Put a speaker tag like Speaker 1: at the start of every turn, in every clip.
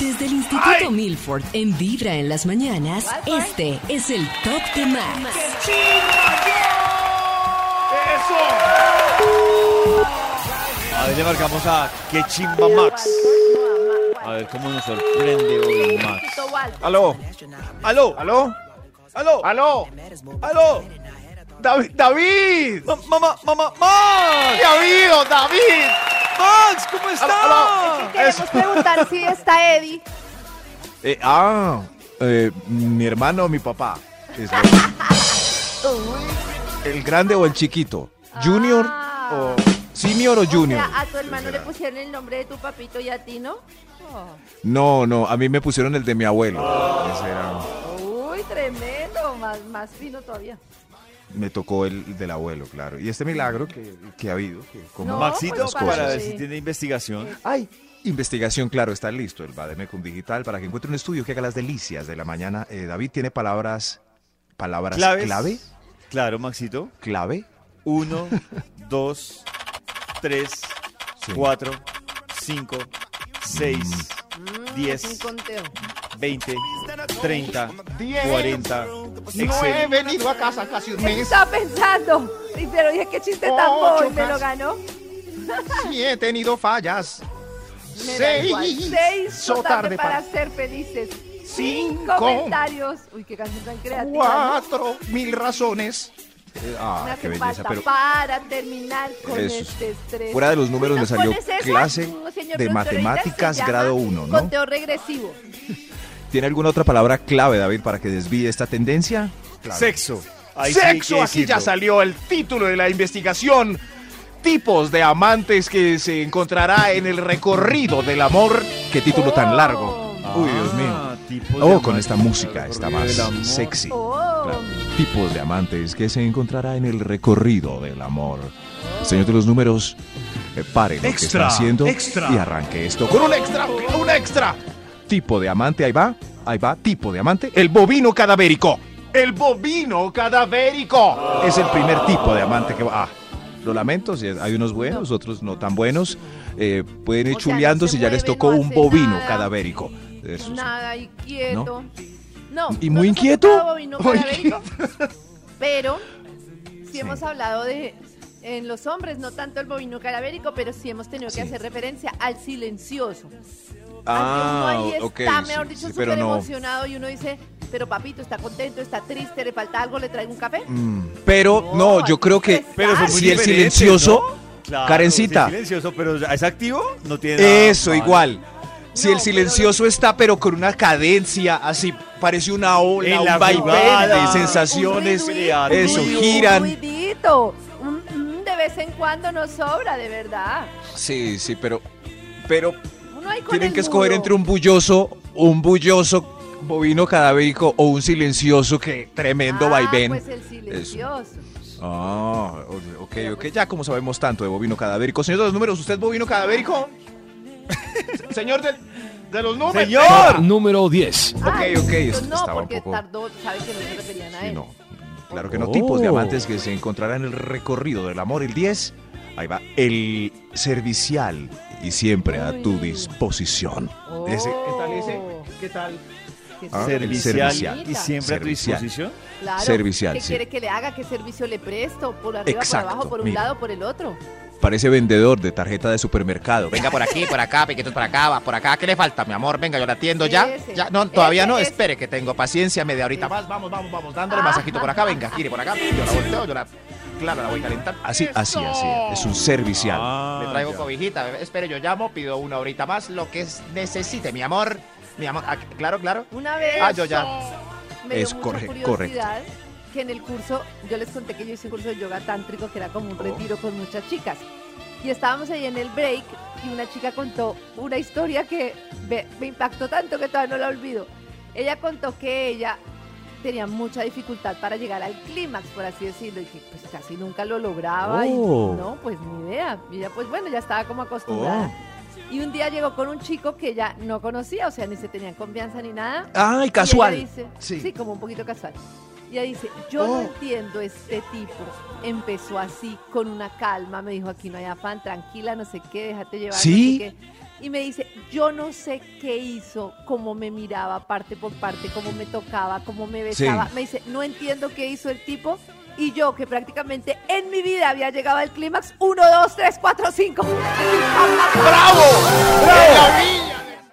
Speaker 1: Desde el Instituto Milford en Vibra en las mañanas, este es el Top de Max.
Speaker 2: A ver, le marcamos a Qué chimba Max. A ver cómo nos sorprende hoy Max. Aló. Aló. Aló. Aló. Aló. Aló.
Speaker 3: David, David,
Speaker 2: Ma- Mamá, mamá, Max.
Speaker 3: David, oh, David.
Speaker 2: Max, ¿cómo
Speaker 3: Aló,
Speaker 2: está?
Speaker 4: Queremos preguntar si está Eddie.
Speaker 3: Eh, ah, eh, mi hermano o mi papá. Es lo- el grande o el chiquito. Junior o senior o junior.
Speaker 4: Ah. O sea, a tu hermano le pusieron el nombre de tu papito y a ti no.
Speaker 3: No, no, a mí me pusieron el de mi abuelo. Ese era-
Speaker 4: Uy, tremendo. Más, más fino todavía.
Speaker 3: me tocó el del abuelo, claro. Y este milagro que, que ha habido. que como
Speaker 4: No,
Speaker 2: Maxito,
Speaker 4: pues,
Speaker 3: las
Speaker 4: para
Speaker 2: para
Speaker 3: cosas.
Speaker 2: ver
Speaker 4: sí.
Speaker 2: si tiene investigación.
Speaker 3: Ay, investigación, claro, está listo el Bademecum Digital para que encuentre un estudio que haga las delicias de la mañana. Eh, David tiene palabras, palabras
Speaker 2: ¿Claves?
Speaker 3: clave,
Speaker 2: Claro, Maxito.
Speaker 3: clave.
Speaker 2: Uno, dos, tres,
Speaker 3: Sí.
Speaker 2: cuatro, cinco, seis, diez,
Speaker 3: Mm.
Speaker 4: Sin conteo.
Speaker 2: 20, 30, 40, Excel.
Speaker 5: venido a casa casi un
Speaker 4: ¿Qué estaba pensando? Y Pero dije, qué chiste tan
Speaker 5: Ocho
Speaker 4: boy, me lo
Speaker 5: más.
Speaker 4: ganó.
Speaker 5: Sí, he tenido fallas.
Speaker 4: Me da igual. Seis so tarde para ser felices.
Speaker 5: Cinco.
Speaker 4: comentarios. Uy, qué canción tan creativa. ¿no?
Speaker 5: mil razones.
Speaker 3: Eh, ah,
Speaker 4: Me
Speaker 3: qué
Speaker 4: hace
Speaker 3: belleza,
Speaker 4: falta
Speaker 3: pero
Speaker 4: para terminar con
Speaker 3: Eso.
Speaker 4: este estrés.
Speaker 3: fuera de los números me
Speaker 4: ¿Nos
Speaker 3: salió
Speaker 4: pones esa?
Speaker 3: clase
Speaker 4: No,
Speaker 3: de
Speaker 4: señor productor, ahorita se
Speaker 3: matemáticas
Speaker 4: llama
Speaker 3: grado 1, ¿no?
Speaker 4: Conteo regresivo.
Speaker 3: ¿Tiene alguna otra palabra clave, David, para que desvíe esta tendencia?
Speaker 2: Sexo. Ahí sí hay que
Speaker 5: Sexo, aquí ya
Speaker 2: decirlo.
Speaker 5: salió el título de la investigación. Tipos de amantes que se encontrará en el recorrido del amor.
Speaker 3: Qué título
Speaker 4: Oh.
Speaker 3: tan largo. Uy, Dios mío.
Speaker 2: Ah, tipos de
Speaker 3: Oh, con
Speaker 2: amantes.
Speaker 3: esta música está más sexy.
Speaker 4: Oh.
Speaker 3: Claro. Tipos de amantes que se encontrará en el recorrido del amor. Señor de los números, eh, pare lo que está
Speaker 2: Extra,
Speaker 3: haciendo
Speaker 2: extra.
Speaker 3: y arranque esto con
Speaker 5: Con un extra, un extra.
Speaker 3: tipo de amante. Ahí va, ahí va, tipo de amante.
Speaker 5: El bovino cadavérico. El bovino cadavérico.
Speaker 3: Es el primer tipo de amante que va. Ah, lo lamento, si hay unos buenos, otros no tan buenos. Eh, pueden ir
Speaker 4: O sea,
Speaker 3: chuleando
Speaker 4: no se
Speaker 3: si ya les
Speaker 4: mueve,
Speaker 3: tocó
Speaker 4: no
Speaker 3: un
Speaker 4: hace
Speaker 3: bovino
Speaker 4: nada.
Speaker 3: cadavérico. Eso sí.
Speaker 4: Nada, y quieto. No.
Speaker 3: ¿Y muy
Speaker 4: no nos ha
Speaker 3: inquieto?
Speaker 4: tocado bovino
Speaker 5: Muy
Speaker 4: cadavérico, Pero sí,
Speaker 3: Sí.
Speaker 4: hemos hablado de en los hombres, no tanto el bovino cadavérico, pero sí hemos tenido que
Speaker 3: Sí.
Speaker 4: hacer referencia al silencioso.
Speaker 3: Ah,
Speaker 4: Al que uno ahí
Speaker 3: ok,
Speaker 4: está,
Speaker 3: sí,
Speaker 4: mejor
Speaker 3: sí,
Speaker 4: dicho, súper
Speaker 3: pero no.
Speaker 4: emocionado y uno dice, pero papito, está contento, está triste, le falta algo, le traigo un café.
Speaker 3: Mm, Pero no,
Speaker 4: No,
Speaker 3: yo creo
Speaker 4: hay
Speaker 3: que
Speaker 4: que
Speaker 2: Pero son muy
Speaker 3: si el
Speaker 2: diferentes,
Speaker 3: silencioso,
Speaker 2: ¿no? Claro,
Speaker 3: Karencita.
Speaker 2: si es silencioso, pero ¿es activo? No tiene nada.
Speaker 3: eso
Speaker 2: Vale.
Speaker 3: igual. Si
Speaker 4: No,
Speaker 3: el silencioso está, pero con una cadencia así, parece una ola,
Speaker 2: En
Speaker 3: un
Speaker 2: la
Speaker 3: vaivén
Speaker 2: jugada.
Speaker 3: de sensaciones.
Speaker 4: Un
Speaker 2: ruido,
Speaker 3: Eso,
Speaker 2: ruido.
Speaker 3: giran.
Speaker 4: ruidito. Un- un mm, de vez en cuando nos sobra, de verdad.
Speaker 3: Sí, sí, pero, pero
Speaker 4: Uno ahí con
Speaker 3: Tienen
Speaker 4: el
Speaker 3: que escoger
Speaker 4: muro.
Speaker 3: entre un bulloso, un bulloso bovino cadavérico o un silencioso que tremendo
Speaker 4: Ah,
Speaker 3: vaivén.
Speaker 4: Pues el silencioso.
Speaker 3: Ah, ok, ok, ya como sabemos tanto de bovino cadavérico. Señor de los números, ¿usted es bovino cadavérico?
Speaker 4: Ah,
Speaker 5: Señor del- de los números.
Speaker 2: ¡Señor!
Speaker 6: Número 10.
Speaker 3: Ok,
Speaker 4: Ay,
Speaker 3: ok,
Speaker 4: yo
Speaker 3: es-
Speaker 4: Ah, No,
Speaker 3: estaba un
Speaker 4: porque
Speaker 3: poco-
Speaker 4: tardó, sabe que no se referían a
Speaker 3: Sí,
Speaker 4: él.
Speaker 3: no, claro que no.
Speaker 6: Oh.
Speaker 3: Tipos de amantes que se encontrarán en el recorrido del amor, el 10. Ahí va, el servicial y siempre a tu
Speaker 4: Uy.
Speaker 3: disposición.
Speaker 4: Oh,
Speaker 3: Ese-
Speaker 5: ¿Qué tal ese? ¿Qué tal?
Speaker 4: qué
Speaker 3: Ah, el
Speaker 2: servicial,
Speaker 3: servicial.
Speaker 2: y siempre a
Speaker 3: Servicial.
Speaker 2: tu disposición.
Speaker 4: Claro,
Speaker 3: servicial,
Speaker 4: ¿Qué
Speaker 3: sí.
Speaker 4: quiere que le haga? ¿Qué servicio le presto? ¿Por arriba,
Speaker 3: Exacto,
Speaker 4: por abajo, por un
Speaker 3: mira.
Speaker 4: lado, por el otro?
Speaker 3: Parece vendedor de tarjeta de supermercado.
Speaker 7: Venga por aquí, por acá, piquitos por acá, va por acá. ¿Qué le falta, mi amor? Venga, yo la atiendo ya.
Speaker 4: Ese.
Speaker 7: Ya, no, todavía
Speaker 4: Ese
Speaker 7: no.
Speaker 4: es.
Speaker 7: Espere que tengo paciencia, media horita más. Vamos, vamos, vamos. Dándole
Speaker 4: Ah.
Speaker 7: masajito por acá, venga, gire por acá. Yo la volteo, yo la. Claro, la voy calentando.
Speaker 3: Así, así, así. Es un servicial.
Speaker 2: Ah.
Speaker 7: Le traigo cobijita. bebé. Espere, yo llamo, pido una horita más, lo que es- necesite, mi amor. Mi amor, ah, claro, claro.
Speaker 4: Una vez.
Speaker 7: Ah, yo ya.
Speaker 4: me dio
Speaker 3: Es
Speaker 4: mucha
Speaker 3: corre-
Speaker 4: curiosidad
Speaker 3: Oh.
Speaker 4: que en el curso, yo les conté que yo hice un curso de yoga tántrico que era como un retiro con muchas chicas. y estábamos ahí en el break y una chica contó una historia que me, me impactó tanto que todavía no la olvido. Ella contó que ella tenía mucha dificultad para llegar al clímax, por así decirlo, y que pues casi nunca lo lograba y
Speaker 2: Oh.
Speaker 4: no, pues ni idea. Y ella pues bueno, ya estaba como acostumbrada.
Speaker 3: Oh.
Speaker 4: Y un día llegó con un chico que ella no conocía, o sea, ni se tenían confianza ni nada.
Speaker 2: Ay,
Speaker 4: Y ella
Speaker 2: casual.
Speaker 4: dice-
Speaker 3: Sí. Oh.
Speaker 4: sí. como un poquito casual. Y ella dice, yo no entiendo este tipo. Empezó así, con una calma, me dijo, aquí no hay afán, tranquila, no sé qué, déjate llevar. no
Speaker 2: ¿Sí?
Speaker 4: sé qué". Y me dice, yo no sé qué hizo, cómo me miraba parte por parte, cómo me tocaba, cómo me besaba. Me dice, no entiendo qué hizo el tipo. Y yo, que prácticamente en mi vida había llegado al clímax, 1, 2, 3, 4, 5.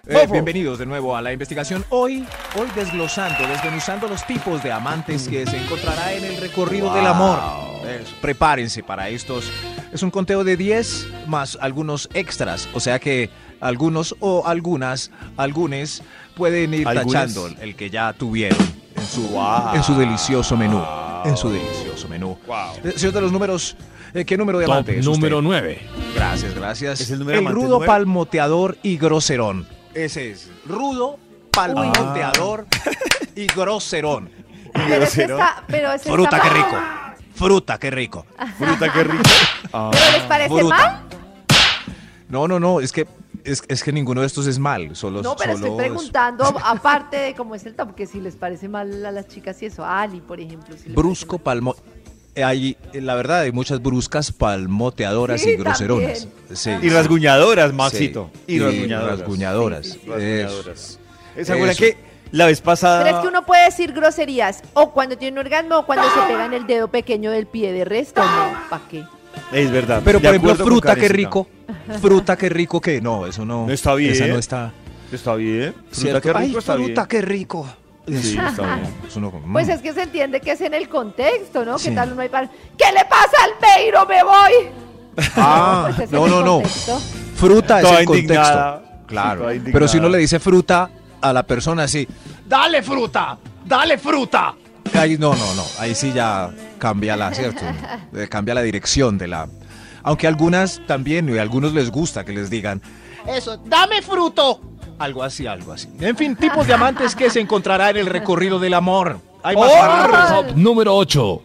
Speaker 3: Eh, bienvenidos de nuevo a la investigación. Hoy, hoy desglosando, desmenuzando los tipos de amantes que se encontrará en el recorrido del amor. Eso, prepárense para estos. Es un conteo de 10 más algunos extras. O sea que algunos o algunas, algunos pueden ir
Speaker 2: Algunas.
Speaker 3: tachando el que ya tuvieron en su, en su delicioso menú. En su delicioso menú. Eh, Señor de los números, eh, ¿qué número de
Speaker 6: Top
Speaker 3: amantes?
Speaker 6: número 9.
Speaker 3: Gracias, gracias.
Speaker 2: ¿Es el número amante
Speaker 3: rudo
Speaker 2: nueve?
Speaker 3: palmoteador y groserón. Ese es. Rudo palmoteador y groserón.
Speaker 4: Pero es que está, pero es que
Speaker 3: Fruta,
Speaker 4: está Ah.
Speaker 3: qué
Speaker 4: mal.
Speaker 3: rico. Fruta, qué rico.
Speaker 2: Fruta, qué rico.
Speaker 4: ¿Pero les parece
Speaker 3: Fruta.
Speaker 4: mal?
Speaker 3: No, no, no, es que es, es que ninguno de estos es mal, solo
Speaker 4: No, pero estoy
Speaker 3: solo es-
Speaker 4: preguntando, aparte de cómo es el top, que si les parece mal a las chicas y eso. A Ali, por ejemplo. si les
Speaker 3: brusco
Speaker 4: parece mal.
Speaker 3: palmo eh, hay eh, la verdad hay muchas bruscas palmoteadoras
Speaker 4: Sí,
Speaker 3: y groseronas. Sí, sí,
Speaker 2: Y rasguñadoras,
Speaker 3: sí.
Speaker 2: Maxito.
Speaker 3: Y rasguñadoras.
Speaker 4: Sí,
Speaker 3: Eso.
Speaker 2: Rasguñadoras. ¿Se acuerdan
Speaker 3: Eso.
Speaker 2: que la vez pasada.
Speaker 4: Pero es que uno puede decir groserías o cuando tiene un orgasmo o cuando se pega en el dedo pequeño del pie de resto. No, ¿para qué?
Speaker 2: Es verdad.
Speaker 3: Pero
Speaker 2: de
Speaker 3: por ejemplo,
Speaker 2: acuerdo con
Speaker 3: fruta, qué
Speaker 2: Karencita.
Speaker 3: rico. Fruta, qué rico, que no, eso no.
Speaker 2: No está bien.
Speaker 3: Esa no está.
Speaker 2: Está bien. Fruta,
Speaker 3: ¿cierto?
Speaker 2: qué rico.
Speaker 3: Ay,
Speaker 2: está
Speaker 3: fruta, qué rico.
Speaker 2: bien. Sí, está bien.
Speaker 3: Eso no- mm.
Speaker 4: Pues es que se entiende que es en el contexto, ¿no?
Speaker 3: Sí.
Speaker 4: ¿Qué tal uno hay para... ¿Qué le pasa al Peiro? ¡Me voy!
Speaker 3: Ah,
Speaker 4: Pues es en
Speaker 3: no,
Speaker 4: el
Speaker 3: no, no.
Speaker 4: contexto.
Speaker 3: Fruta es
Speaker 2: Toda
Speaker 3: el contexto.
Speaker 2: indignada.
Speaker 3: Claro.
Speaker 2: Toda
Speaker 3: Pero
Speaker 2: indignada.
Speaker 3: si uno le dice fruta a la persona así,
Speaker 5: ¡Dale fruta! ¡Dale fruta!
Speaker 3: ahí no, no, no. Ahí sí ya cambia la, ¿cierto? Eh, cambia la dirección de la. Aunque algunas también, y a algunos les gusta que les digan
Speaker 7: Eso, dame fruto.
Speaker 3: algo así, algo así. En fin, tipos de amantes que se encontrará en el recorrido del amor.
Speaker 5: Hay
Speaker 4: ¡Oh!
Speaker 5: más amantes.
Speaker 6: Top número 8.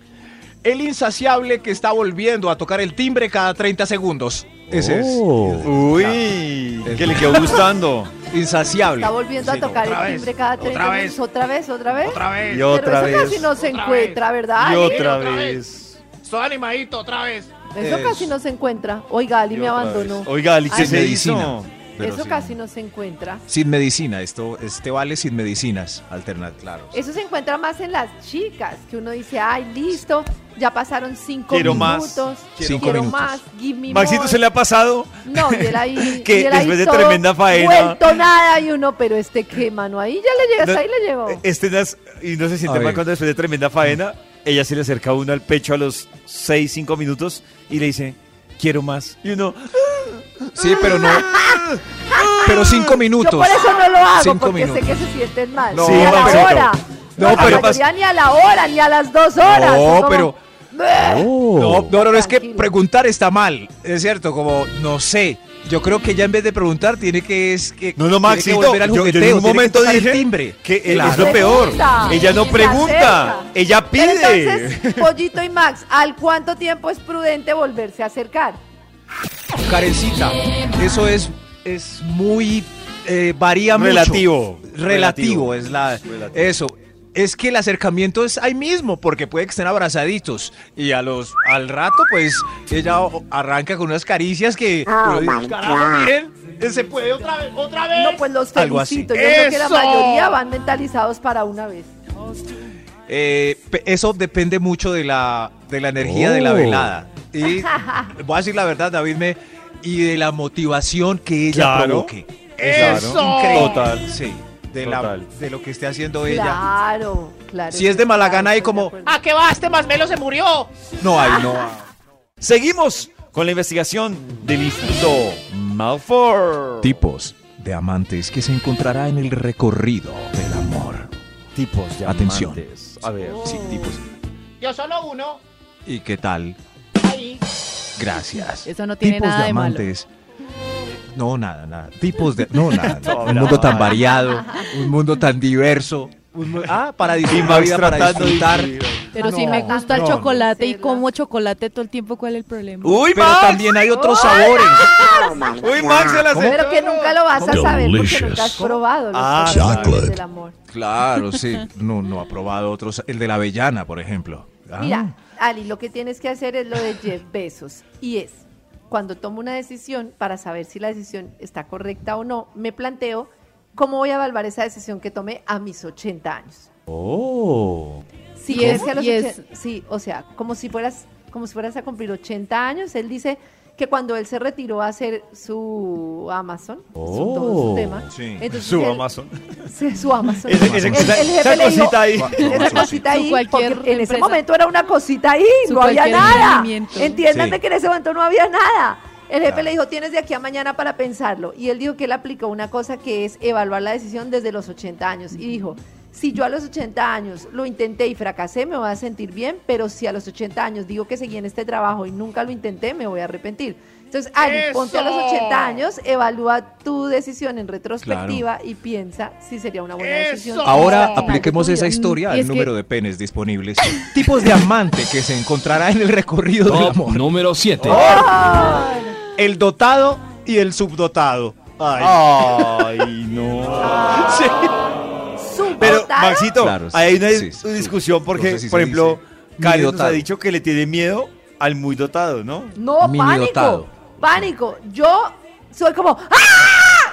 Speaker 3: El insaciable que está volviendo a tocar el timbre cada 30 segundos. Ese
Speaker 2: Oh. Uy,
Speaker 3: Claro.
Speaker 2: que le quedó gustando.
Speaker 3: es. Insaciable.
Speaker 4: Está volviendo
Speaker 3: Sí,
Speaker 4: a tocar
Speaker 5: otra
Speaker 4: el
Speaker 5: vez,
Speaker 4: timbre cada 30
Speaker 5: otra vez,
Speaker 4: minutos. ¿Otra vez? ¿Otra vez?
Speaker 5: Otra vez.
Speaker 2: Y otra
Speaker 4: Pero eso casi
Speaker 2: vez.
Speaker 4: no se
Speaker 5: otra
Speaker 4: encuentra, ¿verdad?
Speaker 2: Y
Speaker 4: Ali?
Speaker 2: otra
Speaker 5: otra
Speaker 2: vez.
Speaker 5: Estoy animadito otra vez.
Speaker 4: Eso
Speaker 3: Eso.
Speaker 4: casi no se encuentra. Oiga, Ali
Speaker 2: Y
Speaker 4: me
Speaker 2: otra
Speaker 4: abandonó.
Speaker 2: vez. Oiga, Ali, ¿qué
Speaker 4: Ay,
Speaker 2: se
Speaker 3: medicina.
Speaker 2: hizo?
Speaker 3: Pero
Speaker 4: Eso
Speaker 3: sí.
Speaker 4: casi no se encuentra.
Speaker 3: Sin medicina, esto, este vale sin medicinas alternativas. Claro.
Speaker 4: Eso se encuentra más en las chicas, que uno dice, ay, listo, ya pasaron cinco
Speaker 2: Quiero más,
Speaker 4: minutos.
Speaker 3: quiero Cinco
Speaker 4: quiero
Speaker 3: minutos.
Speaker 4: más, give me
Speaker 2: Maxito
Speaker 4: more".
Speaker 2: se le ha pasado.
Speaker 4: No, y él ahí.
Speaker 2: Que
Speaker 4: y él
Speaker 2: después
Speaker 4: ahí
Speaker 2: de
Speaker 4: todo
Speaker 2: tremenda faena.
Speaker 4: Vuelto nada y uno, pero este qué, mano, ahí ya le
Speaker 3: Pues
Speaker 4: llegas,
Speaker 2: No,
Speaker 4: ahí le llegó.
Speaker 2: Este nas- y no se siente
Speaker 3: A ver.
Speaker 2: mal cuando después de tremenda faena, ella se le acerca a uno al pecho a los 6, 5 minutos y le dice, quiero más. Y uno,
Speaker 3: Sí, pero no. Pero cinco
Speaker 4: Yo
Speaker 3: minutos.
Speaker 4: por eso no lo hago,
Speaker 3: Cinco
Speaker 4: porque sé
Speaker 3: minutos.
Speaker 4: que se sienten mal.
Speaker 3: No,
Speaker 4: ni a la
Speaker 2: Maxito.
Speaker 4: hora.
Speaker 3: No,
Speaker 4: No,
Speaker 3: pero-
Speaker 4: pero ni a la hora, ni a las dos horas.
Speaker 3: No,
Speaker 4: son como,
Speaker 3: pero-
Speaker 4: "Bleh".
Speaker 3: No,
Speaker 2: Oh.
Speaker 3: no, no, es que
Speaker 4: Tranquilo.
Speaker 3: preguntar está mal. Es cierto, como no sé. Yo creo que ya en vez de preguntar tiene que es que
Speaker 2: no, no,
Speaker 3: tiene que
Speaker 2: Maxito,
Speaker 3: volver al
Speaker 2: yo, yo en
Speaker 3: jugueteo, tiene
Speaker 2: un
Speaker 3: que
Speaker 2: momento
Speaker 3: tocar el
Speaker 2: dije
Speaker 3: timbre.
Speaker 2: que eh, es
Speaker 3: Claro.
Speaker 2: lo peor.
Speaker 4: Pregunta.
Speaker 2: Ella no
Speaker 4: Se
Speaker 2: pregunta,
Speaker 4: acerca.
Speaker 2: ella
Speaker 4: Pero
Speaker 2: pide.
Speaker 4: entonces, Pollito y Max, ¿al cuánto tiempo es prudente volverse a acercar?
Speaker 3: Karencita, eso es es muy eh, varía mucho.
Speaker 2: Relativo.
Speaker 3: Relativo es la
Speaker 2: Relativo.
Speaker 3: eso. Es que el acercamiento es ahí mismo, porque puede que estén abrazaditos. Y a los, al rato, pues, ella o- arranca con unas caricias que.
Speaker 5: Carajo, miren. eh, Se puede otra vez, otra vez.
Speaker 4: No, pues los
Speaker 3: Algo así.
Speaker 4: felicito. Yo creo que la
Speaker 5: ¡Eso!
Speaker 4: mayoría van mentalizados para una vez.
Speaker 3: Eh, pe- eso depende mucho de la, de la energía de la
Speaker 6: Oh.
Speaker 3: velada. Y voy a decir la verdad, David, me, y de la motivación que ella
Speaker 2: Claro.
Speaker 3: provoque.
Speaker 5: ¡Eso!
Speaker 3: Increíble.
Speaker 2: Total.
Speaker 3: Sí, de, la-
Speaker 2: Total.
Speaker 3: de lo que esté haciendo ella.
Speaker 4: Claro, claro.
Speaker 3: Si es de mala gana y
Speaker 4: estoy de
Speaker 3: como-
Speaker 4: acuerdo.
Speaker 7: ¿A qué va? Este masmelo se murió.
Speaker 3: No hay, no.
Speaker 2: Seguimos con la investigación del Instituto Malfour.
Speaker 3: Tipos de amantes que se encontrará en el recorrido del amor.
Speaker 2: tipos de
Speaker 3: Atención.
Speaker 2: amantes. A ver.
Speaker 3: Sí, tipos.
Speaker 7: Yo solo uno.
Speaker 3: ¿Y qué tal?
Speaker 7: Ahí.
Speaker 3: Gracias.
Speaker 6: Eso no tiene
Speaker 3: tipos
Speaker 6: nada
Speaker 3: de
Speaker 6: de malo.
Speaker 3: amantes. No, nada, nada. Tipos de. No, nada. nada. un mundo tan variado, un mundo tan diverso. un mu- ah, para disfrutar, vida, para
Speaker 2: tratando de
Speaker 3: disfrutar.
Speaker 6: Pero si me gusta el
Speaker 3: no, no.
Speaker 6: chocolate y como chocolate todo el tiempo, ¿cuál es el problema?
Speaker 2: Uy,
Speaker 3: Pero también hay otros sabores.
Speaker 2: Uy, Max se la
Speaker 4: Pero que nunca lo vas a saber porque nunca has
Speaker 8: Delicious.
Speaker 4: probado los
Speaker 2: Ah,
Speaker 4: sabores
Speaker 8: chocolate.
Speaker 4: del amor.
Speaker 3: Claro, sí. No, no ha probado otros. El de la avellana, por ejemplo. Ah,
Speaker 4: Mira, Ali, lo que tienes que hacer es lo de Jeff Bezos y es cuando tomo una decisión para saber si la decisión está correcta o no, me planteo cómo voy a evaluar esa decisión que tomé a mis 80 años.
Speaker 2: Oh.
Speaker 4: Si
Speaker 6: ¿Y
Speaker 4: crees
Speaker 6: es-
Speaker 4: que a los
Speaker 6: y es-
Speaker 4: 80 sí, o sea, como si fueras como si fueras a cumplir 80 años, él dice que cuando él se retiró a hacer su Amazon, su, todo su tema,
Speaker 3: Sí.
Speaker 4: entonces
Speaker 2: Su
Speaker 4: él-
Speaker 2: Amazon.
Speaker 4: Sí, su Amazon.
Speaker 2: Oh. Ese- ese-
Speaker 4: el,
Speaker 2: esa-
Speaker 4: el jefe
Speaker 2: esa
Speaker 4: le dijo,
Speaker 2: cosita ahí.
Speaker 4: esa cosita
Speaker 6: Su
Speaker 4: ahí,
Speaker 6: cualquier
Speaker 4: porque en ese
Speaker 6: empresa.
Speaker 4: momento era una cosita ahí,
Speaker 6: Su
Speaker 4: no había
Speaker 6: cualquier
Speaker 4: nada.
Speaker 6: emprendimiento.
Speaker 4: Entiéndame
Speaker 3: Sí.
Speaker 4: que en ese momento no había nada. El jefe
Speaker 3: Claro.
Speaker 4: le dijo, tienes de aquí a mañana para pensarlo. Y él dijo que él aplicó una cosa que es evaluar la decisión desde los 80 años. Y dijo, si yo a los 80 años lo intenté y fracasé, me voy a sentir bien, pero si a los 80 años digo que seguí en este trabajo y nunca lo intenté, me voy a arrepentir. Entonces, Ali, ponte a los 80 años, evalúa tu decisión en retrospectiva y piensa si sería una buena decisión.
Speaker 3: Ahora
Speaker 4: Vale,
Speaker 3: apliquemos
Speaker 4: tuya.
Speaker 3: esa historia
Speaker 6: Mm, y
Speaker 3: al
Speaker 6: es que-
Speaker 3: número de penes disponibles. Tipos de amante que se encontrará en el recorrido del amor.
Speaker 8: número 7.
Speaker 3: El dotado y el subdotado. Ay.
Speaker 2: Ay, no.
Speaker 4: Ah. Su
Speaker 2: Pero,
Speaker 4: portada,
Speaker 2: Maxito,
Speaker 3: Claro, sí,
Speaker 2: ahí hay una
Speaker 3: sí, sí,
Speaker 2: discusión porque,
Speaker 3: No sé si
Speaker 2: por
Speaker 3: se
Speaker 2: ejemplo,
Speaker 3: dice
Speaker 2: Karen nos ha
Speaker 3: dotado.
Speaker 2: dicho que le tiene miedo al muy dotado, ¿no?
Speaker 4: No,
Speaker 3: mini
Speaker 4: pánico.
Speaker 3: dotado.
Speaker 4: Pánico. Yo soy como ¡Ah!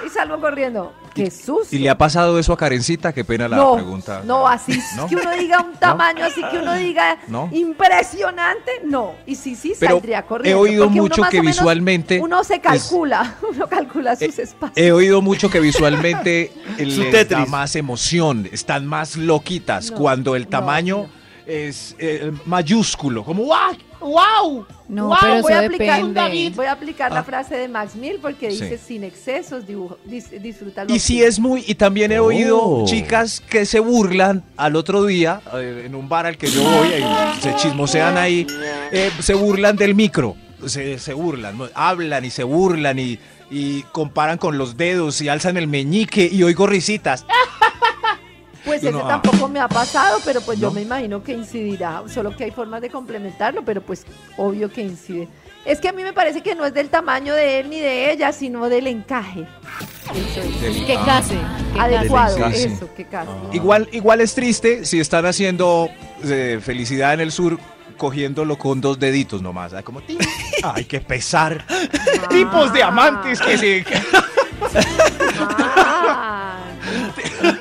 Speaker 4: y salgo corriendo. Qué susto.
Speaker 3: ¿Y le ha pasado eso a Karencita? Qué pena la
Speaker 4: no,
Speaker 3: pregunta.
Speaker 4: no, así
Speaker 3: ¿No?
Speaker 4: que uno diga un tamaño, así que uno diga
Speaker 3: ¿No?
Speaker 4: impresionante, no. Y sí, sí,
Speaker 3: Pero
Speaker 4: saldría corriendo.
Speaker 3: he oído
Speaker 4: porque uno
Speaker 3: mucho
Speaker 4: más
Speaker 3: que
Speaker 4: o menos-
Speaker 3: visualmente
Speaker 4: Uno se
Speaker 3: es-
Speaker 4: calcula, uno calcula sus
Speaker 3: Eh,
Speaker 4: espacios.
Speaker 3: He oído mucho que visualmente les da
Speaker 2: Tetris.
Speaker 3: más emoción, están más loquitas
Speaker 4: No,
Speaker 3: cuando el
Speaker 4: no,
Speaker 3: tamaño es eh, mayúsculo, como ¡guau!
Speaker 7: ¡Wow!
Speaker 6: No,
Speaker 7: Wow,
Speaker 6: pero eso
Speaker 4: voy a aplicar,
Speaker 6: depende.
Speaker 4: voy a aplicar la
Speaker 3: Ah.
Speaker 4: frase de Max Mill porque dice sin excesos, dibujo, dis- disfruta lo
Speaker 3: Y si
Speaker 4: que-
Speaker 3: es muy, y también he oído
Speaker 8: Oh.
Speaker 3: chicas que se burlan al otro día, eh, en un bar al que yo voy, y se chismosean ahí, eh, se burlan del micro, se, se burlan, ¿no? hablan y se burlan y, y comparan con los dedos y alzan el meñique y oigo risitas.
Speaker 4: Pues
Speaker 3: Yo
Speaker 4: ese
Speaker 3: no- ah.
Speaker 4: tampoco me ha pasado, pero pues yo
Speaker 3: ¿No?
Speaker 4: me imagino que incidirá, solo que hay formas de complementarlo, pero pues obvio que incide. Es que a mí me parece que no es del tamaño de él ni de ella, sino del encaje. Eso es.
Speaker 6: Que case. que
Speaker 4: Adecuado,
Speaker 3: Del encaje.
Speaker 4: eso, que casi.
Speaker 3: Igual, igual es triste si están haciendo eh, felicidad en el sur cogiéndolo con dos deditos nomás. ¿sabes? Como, "Tin". ay, qué pesar.
Speaker 5: Tipos de amantes que se.
Speaker 3: Ah.
Speaker 4: Ah,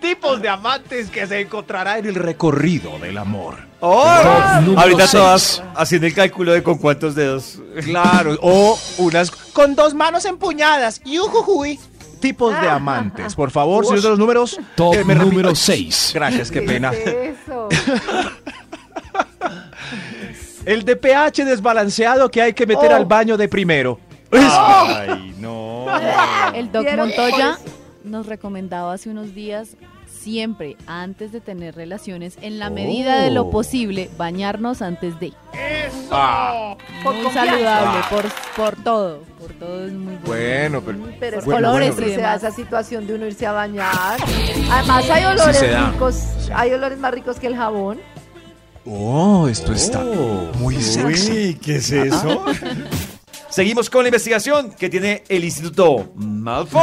Speaker 7: Tipos de amantes que se encontrarán.
Speaker 3: Traer el recorrido del amor.
Speaker 2: Ahorita todas haciendo el cálculo de con cuántos dedos.
Speaker 3: Claro, o unas con dos manos empuñadas. Yujujuy. Tipos de amantes. Por favor, señor de los números.
Speaker 8: Top
Speaker 3: eh, me repito.
Speaker 8: número 6.
Speaker 3: Gracias, qué pena.
Speaker 4: Es eso.
Speaker 3: El de pH desbalanceado que hay que meter al baño de primero.
Speaker 2: Ay, no.
Speaker 6: case. El Doc
Speaker 4: Quiero-
Speaker 6: Montoya nos recomendaba hace unos días siempre, antes de tener relaciones, en la medida de lo posible, bañarnos antes de.
Speaker 4: Por
Speaker 6: Muy
Speaker 4: confianza.
Speaker 6: saludable, por, por todo. Por todo es muy bueno.
Speaker 3: Bueno, pero
Speaker 4: Pero es
Speaker 6: Bueno,
Speaker 4: que
Speaker 6: bueno,
Speaker 4: siempre
Speaker 6: pero-
Speaker 4: se da esa situación de uno irse a bañar. Además hay olores
Speaker 3: se da.
Speaker 4: ricos, hay olores más ricos que el jabón.
Speaker 3: Oh, esto está muy sexy.
Speaker 2: Uy, ¿qué es eso? Seguimos con la investigación que tiene el Instituto Malfoy.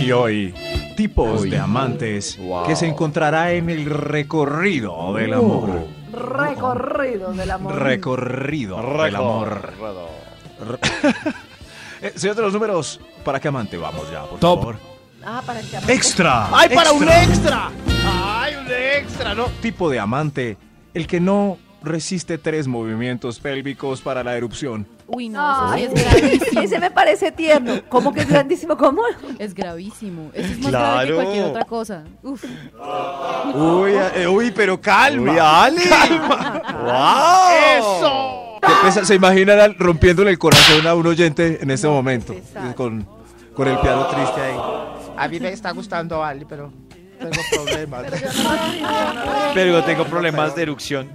Speaker 3: Y hoy, tipos de amantes que se encontrará en el recorrido del amor.
Speaker 4: Recorrido del amor.
Speaker 3: Recorrido del amor. Eh, señor de los números, ¿para qué amante vamos ya, por
Speaker 8: Top.
Speaker 3: favor?
Speaker 4: Ah, para que
Speaker 3: Extra.
Speaker 7: ¡Ay, para un E. extra! ¡Ay, un extra! No,
Speaker 3: tipo de amante el que no resiste tres movimientos pélvicos para la erupción.
Speaker 6: Uy, no, eso sí
Speaker 4: Ay,
Speaker 6: es gravísimo.
Speaker 4: ese me parece tierno. ¿Cómo que es grandísimo? ¿Cómo?
Speaker 6: Es gravísimo. Eso es más grave que
Speaker 2: Claro.
Speaker 6: cualquier otra cosa. Uf.
Speaker 3: Uy, eh, uy, pero calma.
Speaker 2: Uy, Ali.
Speaker 7: Oh.
Speaker 2: ¡Wow!
Speaker 3: ¿Qué pesa? Se imaginan al- rompiéndole el corazón a un oyente en este momento
Speaker 4: pesar.
Speaker 3: eh, con, con el piano triste ahí.
Speaker 7: a mí me está gustando Ali, pero tengo problemas.
Speaker 2: Pero yo tengo problemas de erupción.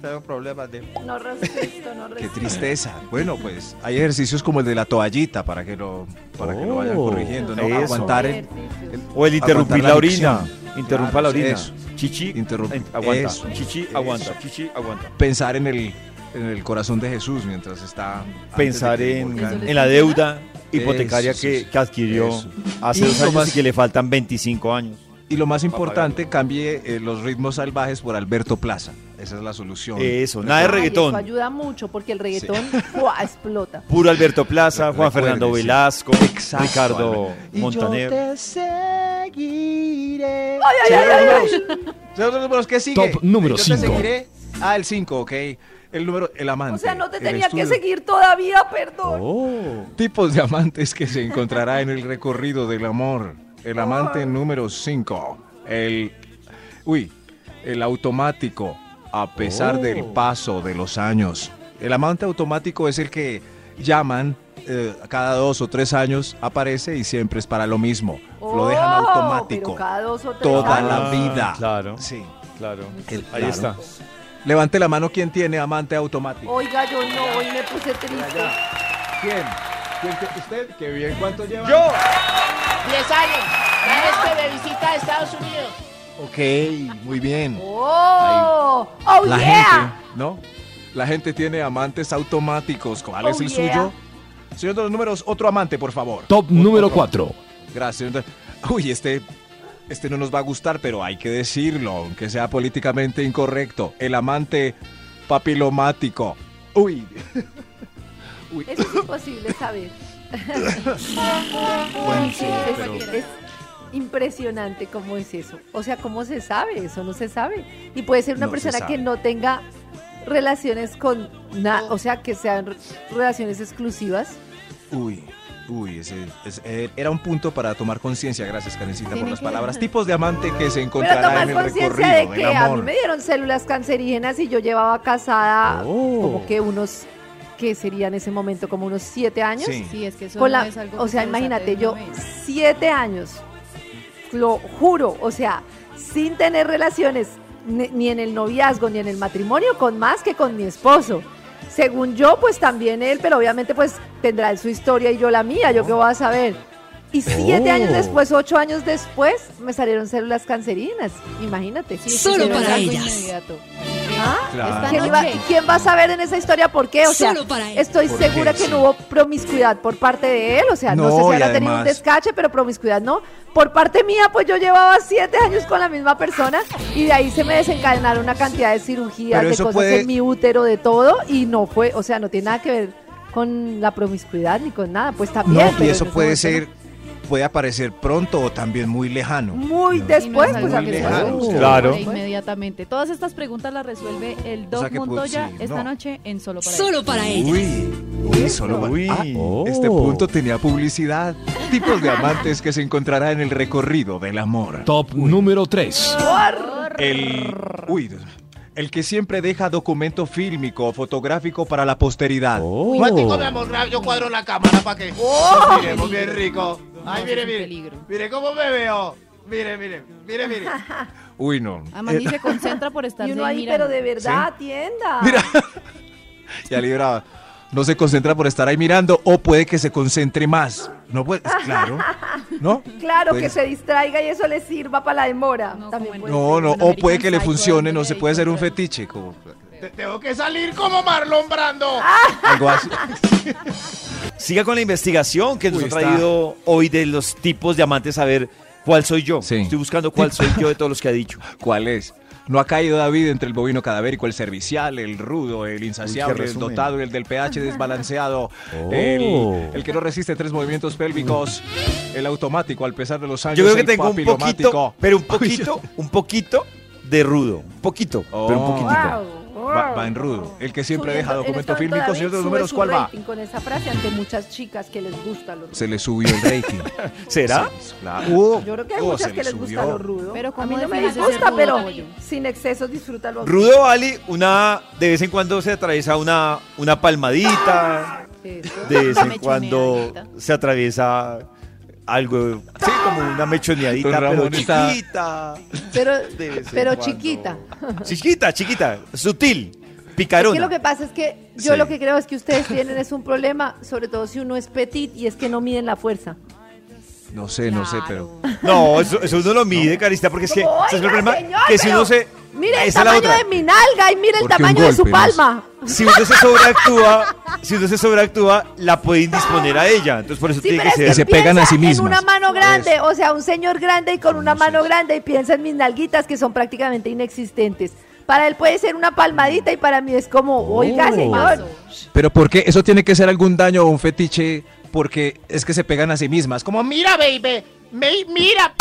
Speaker 2: tengo problemas de...
Speaker 4: No resisto, no
Speaker 3: Qué
Speaker 4: resisto.
Speaker 3: tristeza. Bueno, pues hay ejercicios como el de la toallita para que lo, para que lo vayan
Speaker 2: Oh,
Speaker 3: corrigiendo, ¿no?
Speaker 2: eso.
Speaker 3: Aguantar el,
Speaker 4: Ejercicios.
Speaker 3: el-
Speaker 2: O el interrumpir
Speaker 3: aguantar
Speaker 2: la, orina.
Speaker 3: adicción.
Speaker 2: Interrumpa
Speaker 3: Claro,
Speaker 2: la orina.
Speaker 3: eso.
Speaker 2: Chichi,
Speaker 3: Interrum-
Speaker 2: en- aguanta.
Speaker 3: eso.
Speaker 2: Chichi,
Speaker 3: Eso.
Speaker 2: aguanta. Chichi, aguanta.
Speaker 3: Pensar en el, en el corazón de Jesús mientras está... antes
Speaker 2: Pensar
Speaker 3: de que
Speaker 2: en,
Speaker 3: muera.
Speaker 6: Eso les
Speaker 2: en la
Speaker 6: funciona?
Speaker 2: deuda hipotecaria
Speaker 3: Eso,
Speaker 2: que,
Speaker 3: sí.
Speaker 2: que adquirió
Speaker 3: Eso.
Speaker 2: hace
Speaker 3: Y
Speaker 2: dos
Speaker 3: lo
Speaker 2: años
Speaker 3: más-
Speaker 2: y que le faltan 25 años.
Speaker 3: Y lo más importante, cambie eh, los ritmos salvajes por Alberto Plaza. Esa es la solución.
Speaker 2: Eso, nada de
Speaker 4: Ay,
Speaker 2: reggaetón.
Speaker 4: Eso ayuda mucho porque el reggaetón ¡guau! explota.
Speaker 2: Puro Alberto Plaza, Juan
Speaker 3: Recuerde,
Speaker 2: Fernando
Speaker 3: sí.
Speaker 2: Velasco,
Speaker 3: Exacto,
Speaker 2: Ricardo
Speaker 3: Alberto.
Speaker 2: Montaner.
Speaker 3: seguiré. Señor números, ¿qué sigue?
Speaker 8: Top número
Speaker 3: Yo te
Speaker 8: cinco.
Speaker 3: seguiré. Ah, el 5, ok. El número, el amante.
Speaker 4: O sea, no te
Speaker 3: el
Speaker 4: tenía que
Speaker 3: estudio.
Speaker 4: seguir todavía, perdón.
Speaker 2: Oh.
Speaker 3: Tipos de amantes que se encontrará en el recorrido del amor. El amante número 5. El. Uy, el automático, a pesar
Speaker 2: Oh.
Speaker 3: del paso de los años. El amante automático es el que llaman eh, cada dos o tres años, aparece y siempre es para lo mismo. lo dejan
Speaker 4: Oh,
Speaker 3: automático.
Speaker 4: Pero cada dos o tres
Speaker 3: Toda
Speaker 4: años.
Speaker 3: la
Speaker 2: Ah,
Speaker 3: vida.
Speaker 2: claro.
Speaker 3: Sí.
Speaker 2: Claro.
Speaker 3: El-
Speaker 2: Ahí
Speaker 3: claro.
Speaker 2: está.
Speaker 3: Levante la mano quien tiene amante automático.
Speaker 4: Oiga, yo no, hoy me puse triste.
Speaker 3: ¿Quién? ¿Quién te- ¿Usted? ¿Qué bien? ¿Cuánto lleva?
Speaker 7: 10 años. Cada vez que me visita a Estados Unidos.
Speaker 3: Ok, muy bien.
Speaker 4: ¡Oh! ¡Oh,
Speaker 3: la
Speaker 4: yeah!
Speaker 3: gente, ¿no? La gente tiene amantes automáticos. ¿Cuál
Speaker 4: Oh,
Speaker 3: es el
Speaker 4: yeah.
Speaker 3: suyo? Señor de los números, otro amante, por favor.
Speaker 8: Top
Speaker 3: Otro-
Speaker 8: número
Speaker 3: otro.
Speaker 8: 4.
Speaker 3: Gracias. señor de- Uy, este, este no nos va a gustar, pero hay que decirlo, aunque sea políticamente incorrecto. El amante papilomático. Uy. Uy.
Speaker 4: Eso es imposible saber. es, es impresionante cómo es eso. O sea, ¿cómo se sabe? Eso no se sabe. Y puede ser una
Speaker 3: No se
Speaker 4: persona
Speaker 3: sabe.
Speaker 4: que no tenga relaciones con nada, o sea, que sean re- relaciones exclusivas.
Speaker 3: Uy, uy, ese, ese- eh, era un punto para tomar conciencia. Gracias, Karencita, por
Speaker 4: Tiene
Speaker 3: las
Speaker 4: que-
Speaker 3: palabras. Tipos de amante que se
Speaker 4: Pero
Speaker 3: encontrará
Speaker 4: tomas
Speaker 3: en el recorrido
Speaker 4: conciencia de que
Speaker 3: del
Speaker 4: a mí
Speaker 3: amor.
Speaker 4: me dieron células cancerígenas y yo llevaba casada
Speaker 3: Oh.
Speaker 4: como que unos, que sería en ese momento? Como unos siete años.
Speaker 3: Sí.
Speaker 6: Sí, es que eso
Speaker 4: Con
Speaker 6: no
Speaker 4: la-
Speaker 6: es algo
Speaker 4: o
Speaker 6: que
Speaker 4: sea,
Speaker 6: se
Speaker 4: imagínate,
Speaker 6: desate de
Speaker 4: yo
Speaker 6: una vez.
Speaker 4: siete años, lo juro, o sea, sin tener relaciones ni, ni en el noviazgo ni en el matrimonio, con más que con mi esposo. Según yo, pues también él, pero obviamente pues tendrá él su historia y yo la mía, yo qué voy a saber. Y siete
Speaker 8: Oh.
Speaker 4: años después, ocho años después, me salieron células cancerinas, imagínate.
Speaker 6: Sí, sí,
Speaker 1: Solo
Speaker 6: sí,
Speaker 4: pero
Speaker 6: es
Speaker 1: para
Speaker 6: algo
Speaker 1: ellas.
Speaker 6: inmediato.
Speaker 4: ¿Ah?
Speaker 3: Claro.
Speaker 6: Esta
Speaker 4: ¿Quién, iba-
Speaker 6: noche.
Speaker 4: quién va a saber en esa historia por qué? O sea,
Speaker 1: Solo para él.
Speaker 4: estoy
Speaker 3: ¿Por qué?
Speaker 4: segura que
Speaker 3: Sí.
Speaker 4: no hubo promiscuidad por parte de él. O sea, no,
Speaker 3: No,
Speaker 4: sé si
Speaker 3: y
Speaker 4: habrá tenido un
Speaker 3: además-
Speaker 4: descache, pero promiscuidad no. Por parte mía, pues yo llevaba siete años con la misma persona y de ahí se me desencadenaron una cantidad de cirugías,
Speaker 3: Pero
Speaker 4: de
Speaker 3: eso
Speaker 4: cosas
Speaker 3: puede-
Speaker 4: en mi útero, de todo. Y no fue, o sea, no tiene nada que ver con la promiscuidad ni con nada. Pues también.
Speaker 3: No, y
Speaker 4: pero
Speaker 3: eso
Speaker 4: en ese
Speaker 3: puede
Speaker 4: momento
Speaker 3: ser, puede aparecer pronto o también muy
Speaker 4: no.
Speaker 3: lejano.
Speaker 4: Muy
Speaker 3: No.
Speaker 6: Y no
Speaker 4: después,
Speaker 6: es
Speaker 4: pues
Speaker 6: algo
Speaker 4: a
Speaker 3: muy
Speaker 4: mí se me
Speaker 3: lejano.
Speaker 4: gustó.
Speaker 2: Claro.
Speaker 6: Inmediatamente. Todas estas preguntas las resuelve el Doc
Speaker 3: sea que, pues,
Speaker 6: Montoya
Speaker 3: sí,
Speaker 6: esta
Speaker 3: no.
Speaker 6: noche en Solo para Ellas.
Speaker 1: Solo para ellas.
Speaker 3: Uy, uy, solo va-
Speaker 2: Uy.
Speaker 3: Ah,
Speaker 8: Oh.
Speaker 3: Este punto tenía publicidad. Tipos de amantes que se encontrará en el recorrido del amor.
Speaker 8: Top número 3.
Speaker 3: El, uy, el que siempre deja documento fílmico o fotográfico para la posteridad.
Speaker 8: Oh.
Speaker 7: Cuente y comemos rap, yo cuadro la cámara para que nos miremos bien rico. Ay,
Speaker 6: No,
Speaker 7: mire,
Speaker 6: es un
Speaker 7: mire.
Speaker 6: peligro.
Speaker 7: Mire cómo me veo. Mire, mire, mire, mire.
Speaker 3: Uy, no.
Speaker 6: Además, ni se concentra por estar
Speaker 4: Y uno
Speaker 6: ahí
Speaker 4: ahí,
Speaker 6: mirando.
Speaker 4: pero de verdad, tienda.
Speaker 3: Mira. Ya libraba. No se concentra por estar ahí mirando o puede que se concentre más. No puede, pues, claro. ¿No?
Speaker 4: Claro, que
Speaker 3: Pues-
Speaker 4: se distraiga y eso le sirva para la demora.
Speaker 6: No,
Speaker 4: También
Speaker 6: como
Speaker 4: puede
Speaker 6: en-
Speaker 3: No, no,
Speaker 6: Bueno,
Speaker 3: o puede que le
Speaker 6: American Psycho,
Speaker 3: funcione, no
Speaker 6: donde
Speaker 3: se
Speaker 6: hay
Speaker 3: puede ser un
Speaker 6: control.
Speaker 3: fetiche, como
Speaker 7: Te- tengo que salir como Marlon Brando.
Speaker 3: algo así.
Speaker 2: Siga con la investigación que nos
Speaker 3: Uy,
Speaker 2: ha
Speaker 3: está.
Speaker 2: traído hoy de los tipos de amantes a ver cuál soy yo.
Speaker 3: Sí.
Speaker 2: Estoy buscando cuál soy yo de todos los que ha dicho.
Speaker 3: ¿Cuál es? No ha caído David entre el bovino cadavérico, el servicial, el rudo, el
Speaker 2: Uy, qué
Speaker 3: insaciable, el
Speaker 2: resumen.
Speaker 3: dotado, el del pH desbalanceado,
Speaker 8: Oh.
Speaker 3: el, el que no resiste tres movimientos pélvicos, el automático al pesar de los años.
Speaker 2: Yo creo que
Speaker 3: el
Speaker 2: tengo un poquito,
Speaker 3: papilomático.
Speaker 2: pero un poquito, un poquito de rudo. Un poquito, pero un
Speaker 3: Oh.
Speaker 2: poquitico.
Speaker 4: Wow, wow.
Speaker 3: Va, va en rudo. El que siempre deja
Speaker 4: Subiendo-
Speaker 3: documento
Speaker 4: en este momento
Speaker 3: fílmico,
Speaker 4: David
Speaker 3: señor de los
Speaker 4: sube
Speaker 3: números,
Speaker 4: su
Speaker 3: ¿cuál va?
Speaker 4: rating Con esa frase ante muchas chicas que les gusta lo rudo.
Speaker 3: Se le subió el rating.
Speaker 2: ¿Será?
Speaker 3: Se- claro. Uh,
Speaker 4: Yo creo que hay
Speaker 2: Oh,
Speaker 3: uh,
Speaker 4: muchas
Speaker 3: se
Speaker 4: que
Speaker 3: le
Speaker 4: les gusta
Speaker 3: subió.
Speaker 4: lo rudo.
Speaker 6: Pero
Speaker 4: a mí
Speaker 6: ¿cómo
Speaker 4: no me
Speaker 6: defines ese
Speaker 4: disgusta,
Speaker 6: rudo,
Speaker 4: pero
Speaker 6: pollo?
Speaker 4: sin excesos disfruta lo
Speaker 2: Rudo vale una, de vez en cuando se atraviesa una, una palmadita,
Speaker 4: Eso.
Speaker 2: de vez en
Speaker 6: Mechoneadita.
Speaker 2: cuando se atraviesa algo, sí, como una mechoneadita,
Speaker 3: Don
Speaker 2: pero
Speaker 3: Ramón está-
Speaker 2: chiquita.
Speaker 4: Pero,
Speaker 2: De vez en
Speaker 4: pero
Speaker 2: cuando.
Speaker 4: chiquita.
Speaker 2: Chiquita, chiquita, sutil. Picarona.
Speaker 4: Es que lo que pasa es que yo
Speaker 2: Sí.
Speaker 4: lo que creo es que ustedes tienen es un problema, sobre todo si uno es petit y es que no miden la fuerza.
Speaker 3: No sé, no sé, pero.
Speaker 2: No, eso, eso uno lo mide, Carista, porque es que.
Speaker 4: Como,
Speaker 2: ¿sabes cuál es el
Speaker 4: "Oiga,
Speaker 2: problema?
Speaker 4: señor,
Speaker 2: que si
Speaker 4: pero
Speaker 2: uno se.
Speaker 4: Mire
Speaker 2: esa
Speaker 4: el
Speaker 2: es la
Speaker 4: tamaño
Speaker 2: otra.
Speaker 4: de mi nalga y mire el
Speaker 3: Porque un
Speaker 4: tamaño de su
Speaker 3: golpe, ¿no?
Speaker 4: palma.
Speaker 2: Si uno se sobreactúa, si uno se sobreactúa, la puede indisponer a ella. Entonces por eso
Speaker 4: Sí,
Speaker 2: tiene que
Speaker 4: pero es
Speaker 2: ser.
Speaker 4: que
Speaker 3: Y se pegan a
Speaker 4: piensa
Speaker 3: sí
Speaker 4: En
Speaker 3: mismas.
Speaker 4: una mano grande, o sea, un señor grande y con una mano grande y piensa en mis nalguitas que son prácticamente inexistentes. Para él puede ser una palmadita y para mí es como, oiga, señor.
Speaker 3: Pero ¿por qué? Eso tiene que ser algún daño o un fetiche porque es que se pegan a sí mismas. Como mira.
Speaker 7: Mira, baby. me- mira.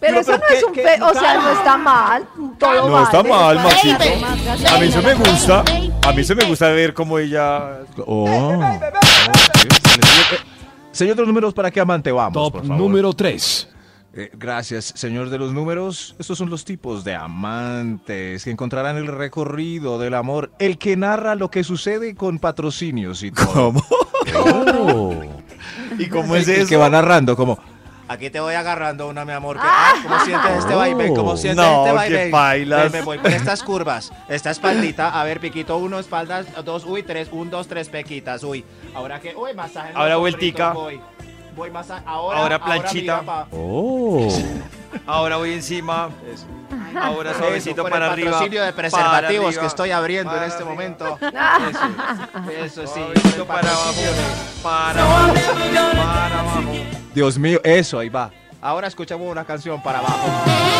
Speaker 4: Pero
Speaker 3: No,
Speaker 4: eso
Speaker 3: pero
Speaker 4: no
Speaker 3: ¿qué-
Speaker 4: es un
Speaker 3: qué-
Speaker 4: fe, o sea, no está mal, todo
Speaker 2: No
Speaker 4: mal,
Speaker 2: está
Speaker 4: de
Speaker 2: mal,
Speaker 4: su
Speaker 2: Maxito.
Speaker 4: parte.
Speaker 2: A mí eso me gusta. A mí eso me gusta ver cómo ella.
Speaker 3: Oh. eh, Señor de los números, ¿para qué amante vamos?
Speaker 8: Top
Speaker 3: por favor?
Speaker 8: número 3.
Speaker 3: Eh, gracias, señor de los números. Estos son los tipos de amantes que encontrarán el recorrido del amor, el que narra lo que sucede con patrocinios y todo. Oh.
Speaker 2: ¿Y cómo es
Speaker 3: El- el
Speaker 2: eso?
Speaker 3: que va narrando, como.
Speaker 7: Aquí te voy agarrando una, mi amor. que- ah, ¿Cómo sientes este vaivén? ¿Cómo sientes
Speaker 2: Oh, No,
Speaker 7: este
Speaker 2: que
Speaker 7: vaivén? Ven,
Speaker 2: bailas.
Speaker 7: Me voy por estas curvas. Esta espaldita. A ver, piquito uno, espaldas dos, uy, tres. Un, dos, tres pequitas. Uy. Ahora que. Uy, masaje. en los
Speaker 2: Ahora
Speaker 7: hombros,
Speaker 2: vueltica.
Speaker 7: Voy. Voy masaje. Ahora.
Speaker 2: Ahora planchita.
Speaker 7: mira pa-
Speaker 2: Ahora voy encima. Ahora
Speaker 7: Eso,
Speaker 2: suavecito
Speaker 7: eh, por
Speaker 2: para
Speaker 7: el
Speaker 2: arriba.
Speaker 7: patrocinio de
Speaker 2: para
Speaker 7: preservativos
Speaker 2: arriba,
Speaker 7: que estoy abriendo en
Speaker 2: para
Speaker 7: este
Speaker 2: arriba.
Speaker 7: momento. Eso, eso sí.
Speaker 2: Suavecito para abajo. Para abajo. Para abajo.
Speaker 3: Dios mío, eso, ahí va.
Speaker 7: Ahora escuchamos una canción para abajo.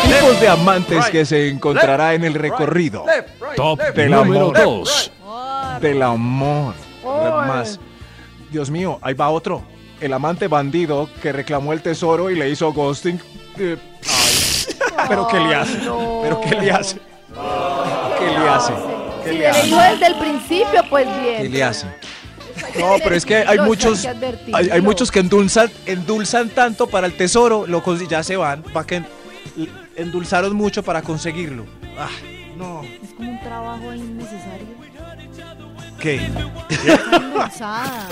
Speaker 3: Tipos de amantes
Speaker 2: right,
Speaker 3: que se encontrará en el recorrido
Speaker 8: Top
Speaker 3: Del
Speaker 8: número
Speaker 3: amor.
Speaker 8: 2.
Speaker 3: del amor. Más. Dios mío, ahí va otro. El amante bandido que reclamó el tesoro y le hizo ghosting. Eh, pero ¿qué le hace? ¿Pero qué le hace? ¿Qué le hace?
Speaker 4: Si le dijo desde el principio, pues bien.
Speaker 3: ¿Qué le hace? No, pero es que hay
Speaker 4: Los hay
Speaker 3: muchos,
Speaker 4: que
Speaker 3: hay,
Speaker 4: advertirlos.
Speaker 3: hay muchos que endulzan, endulzan tanto para el tesoro, locos, y ya se van, para que en- endulzaron mucho para conseguirlo. Ah, no.
Speaker 6: Es como un trabajo ahí innecesario.
Speaker 3: ¿Qué?
Speaker 6: Endulzada.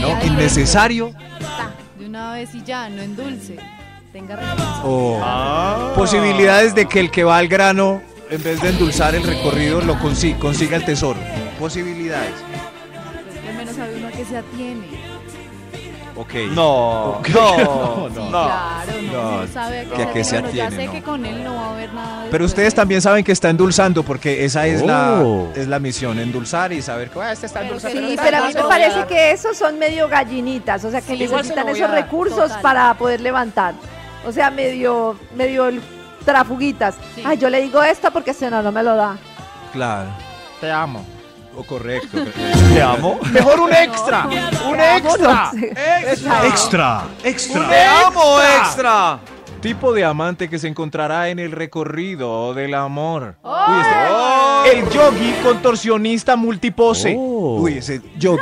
Speaker 3: No, innecesario.
Speaker 6: Ta, De una vez y ya, no endulce. Tenga responsabilidad.
Speaker 3: o
Speaker 2: Ah.
Speaker 3: Posibilidades de que el que va al grano, en vez de endulzar el recorrido, lo consi- consiga el tesoro. Posibilidades.
Speaker 6: Pues, que al menos sabe uno a qué se atiene.
Speaker 3: Ok.
Speaker 2: No,
Speaker 3: Ok.
Speaker 2: no,
Speaker 6: Sí,
Speaker 2: no.
Speaker 6: claro, no,
Speaker 3: No,
Speaker 6: uno sabe
Speaker 3: que a
Speaker 6: a
Speaker 3: qué
Speaker 6: qué
Speaker 3: se
Speaker 6: se atiene. uno.
Speaker 3: atiene,
Speaker 6: Ya sé
Speaker 3: no.
Speaker 6: que con él no va a haber nada.
Speaker 3: Pero
Speaker 6: después de
Speaker 3: ustedes
Speaker 6: eso.
Speaker 3: también saben que está endulzando, porque esa es,
Speaker 8: Oh.
Speaker 3: la, es la misión, endulzar y saber
Speaker 7: Bueno, este está
Speaker 6: Pero
Speaker 7: dulce.
Speaker 6: que
Speaker 4: Sí,
Speaker 6: Total,
Speaker 4: pero a mí
Speaker 6: se
Speaker 4: me
Speaker 6: lo voy a
Speaker 4: parece
Speaker 6: dar.
Speaker 4: que esos son medio gallinitas, o sea, que
Speaker 7: Sí, igual se lo
Speaker 4: necesitan
Speaker 7: voy a
Speaker 4: esos
Speaker 7: dar.
Speaker 4: recursos
Speaker 6: Total.
Speaker 4: para poder levantar. O sea, medio, medio el- trafuguitas.
Speaker 6: Sí.
Speaker 4: Ay, yo le digo esta porque si no, no me lo da.
Speaker 3: Claro.
Speaker 7: Te amo.
Speaker 3: O correcto.
Speaker 2: Te amo.
Speaker 7: Mejor un extra. Un extra.
Speaker 4: Vámonos.
Speaker 8: Extra. Extra.
Speaker 2: Te amo extra.
Speaker 3: Tipo de amante que se encontrará en el recorrido del amor. Uy, este-
Speaker 2: Oh.
Speaker 3: El yogi contorsionista multipose. Uy, ese yogi.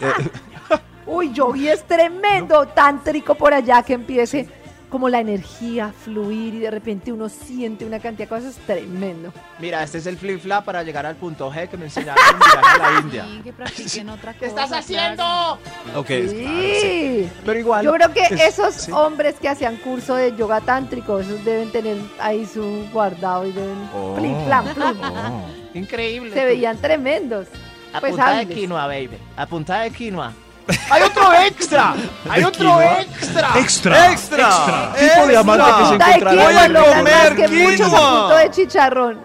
Speaker 3: Eh,
Speaker 4: Uy, Yogi es tremendo, tántrico por allá que empiece como la energía a fluir y de repente uno siente una cantidad de cosas tremendo.
Speaker 7: Mira, este es el flip flap para llegar al punto G que me enseñaron en un viaje a la India.
Speaker 6: Sí, que practiquen otra cosa.
Speaker 7: ¿Qué estás
Speaker 6: claro.
Speaker 7: haciendo?
Speaker 3: ok,
Speaker 4: Sí.
Speaker 3: pero igual.
Speaker 4: Yo creo que
Speaker 3: es-
Speaker 4: esos
Speaker 3: sí.
Speaker 4: hombres que hacían curso de yoga tántrico, esos deben tener ahí su guardado y deben
Speaker 3: Oh.
Speaker 4: plim, plam, plum.
Speaker 3: Oh.
Speaker 7: Increíble.
Speaker 4: Se veían tremendos.
Speaker 7: A
Speaker 4: Pues
Speaker 7: punta de
Speaker 4: hábiles.
Speaker 7: quinoa, baby. A punta de quinoa. ¡Hay otro extra! ¡Hay otro extra!
Speaker 8: Extra.
Speaker 2: Extra.
Speaker 8: Extra.
Speaker 3: Tipo de amante que se
Speaker 4: Punta de
Speaker 3: encontrará.
Speaker 4: quinoa,
Speaker 3: en el-
Speaker 4: lo
Speaker 2: comer
Speaker 4: más que muchos
Speaker 2: quinoa.
Speaker 4: a punto de chicharrón.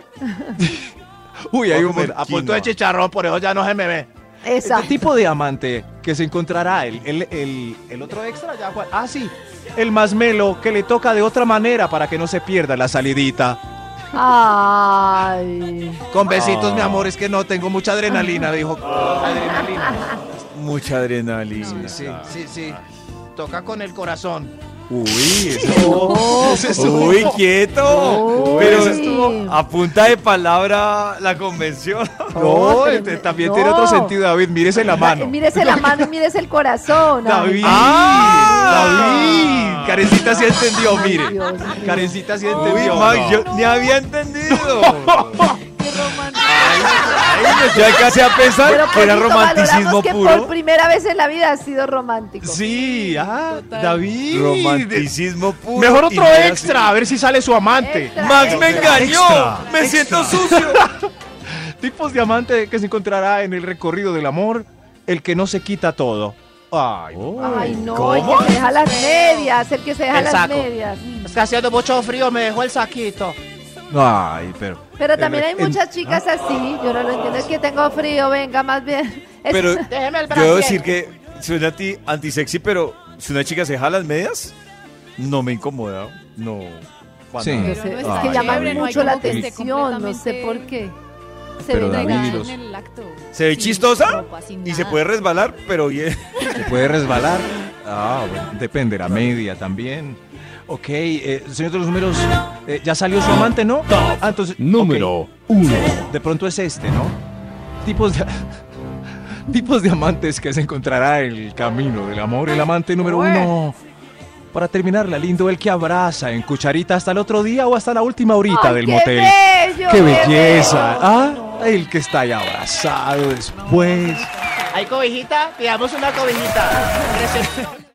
Speaker 3: Uy, hay un buen-
Speaker 7: A punto de
Speaker 3: chiste.
Speaker 7: chicharrón, por eso ya no se me ve.
Speaker 4: Esa.
Speaker 3: Este Tipo de amante que se encontrará el, el, el, el otro extra. Ya, Juan. Ah, sí. El más melo que le toca de otra manera para que no se pierda la salidita.
Speaker 4: Ay.
Speaker 3: Con besitos, mi amor, es que no tengo mucha adrenalina, dijo. Adrenalina.
Speaker 2: Mucha adrenalina.
Speaker 3: Sí, sí, sí.
Speaker 7: Toca con el corazón.
Speaker 3: Uy, eso estuvo- eso estuvo-
Speaker 2: Uy, quieto.
Speaker 4: Uy.
Speaker 2: Pero estuvo a punta de palabra la convención.
Speaker 3: No,
Speaker 4: No,
Speaker 3: este
Speaker 4: tremendo.
Speaker 3: también tiene otro
Speaker 4: No.
Speaker 3: sentido, David. Mírese la mano.
Speaker 4: Mírese la mano y mírese el corazón. ay.
Speaker 3: David.
Speaker 2: Ah.
Speaker 3: David. Karencita sí entendió,
Speaker 4: Ay,
Speaker 3: mire.
Speaker 4: Dios mío.
Speaker 3: Karencita sí
Speaker 2: Uy,
Speaker 3: entendió.
Speaker 2: Max,
Speaker 3: No.
Speaker 2: yo ni había entendido. Ay, me- ya casi a
Speaker 4: Pero
Speaker 2: pensar que era
Speaker 4: poquito
Speaker 2: romanticismo
Speaker 4: valoramos que
Speaker 2: puro.
Speaker 4: Por primera vez en la vida ha sido romántico.
Speaker 3: Sí, ah, David.
Speaker 2: Romanticismo puro.
Speaker 7: Mejor
Speaker 2: y
Speaker 7: otro
Speaker 2: no era
Speaker 7: extra, a ver si sale su amante.
Speaker 4: Extra,
Speaker 2: Max me
Speaker 4: extra.
Speaker 2: engañó.
Speaker 8: Extra,
Speaker 2: me siento sucio.
Speaker 3: Tipos de amante que se encontrará en el recorrido del amor, el que no se quita todo. Ay,
Speaker 4: Ay, no, el que se deja las medias, el que se deja
Speaker 7: El
Speaker 4: las
Speaker 7: saco.
Speaker 4: medias.
Speaker 7: Está haciendo mucho frío, me dejó el saquito.
Speaker 3: ay, pero.
Speaker 4: Pero también hay
Speaker 3: en- ¿Ah?
Speaker 4: muchas chicas así, yo no lo entiendo, es que tengo frío, venga, más bien. Es-
Speaker 2: Pero
Speaker 7: Déjeme el
Speaker 2: yo debo
Speaker 7: brasier.
Speaker 2: decir que suena anti, antisexy, pero si una chica se deja las medias, no me incomoda. No. para
Speaker 3: Sí.
Speaker 2: nada.
Speaker 4: no sé,
Speaker 6: no
Speaker 4: es
Speaker 6: está
Speaker 4: que
Speaker 2: Ay,
Speaker 4: llama
Speaker 2: chévere, no hay
Speaker 4: mucho la
Speaker 2: como que esté
Speaker 4: atención, no sé
Speaker 6: completamente
Speaker 4: por qué. Se
Speaker 3: Pero
Speaker 4: ve
Speaker 3: David,
Speaker 4: entregada.
Speaker 3: y los-
Speaker 6: en el acto.
Speaker 2: ¿Se ve
Speaker 6: Sin
Speaker 2: chistosa?
Speaker 6: ropa, sin
Speaker 2: Y se
Speaker 6: nada.
Speaker 2: puede resbalar, pero bien.
Speaker 3: ¿Se puede resbalar? Ah, bueno, depende, la media también. Ok, eh, señor de los números, eh, ya salió su amante, ¿no? Ah, entonces,
Speaker 8: Número uno.
Speaker 3: ok, de pronto es este, ¿no? Tipos de, tipos de amantes que se encontrará en el camino del amor. El amante número uno. Para terminarla, lindo, el que abraza en cucharita hasta el otro día o hasta la última horita
Speaker 4: ¡Ay,
Speaker 3: del
Speaker 4: qué
Speaker 3: motel.
Speaker 4: bello,
Speaker 3: ¡Qué
Speaker 4: qué
Speaker 3: belleza!
Speaker 4: bello!
Speaker 3: Ah, el que está ahí abrazado después.
Speaker 7: ¿Hay cobijita? Pidamos una cobijita.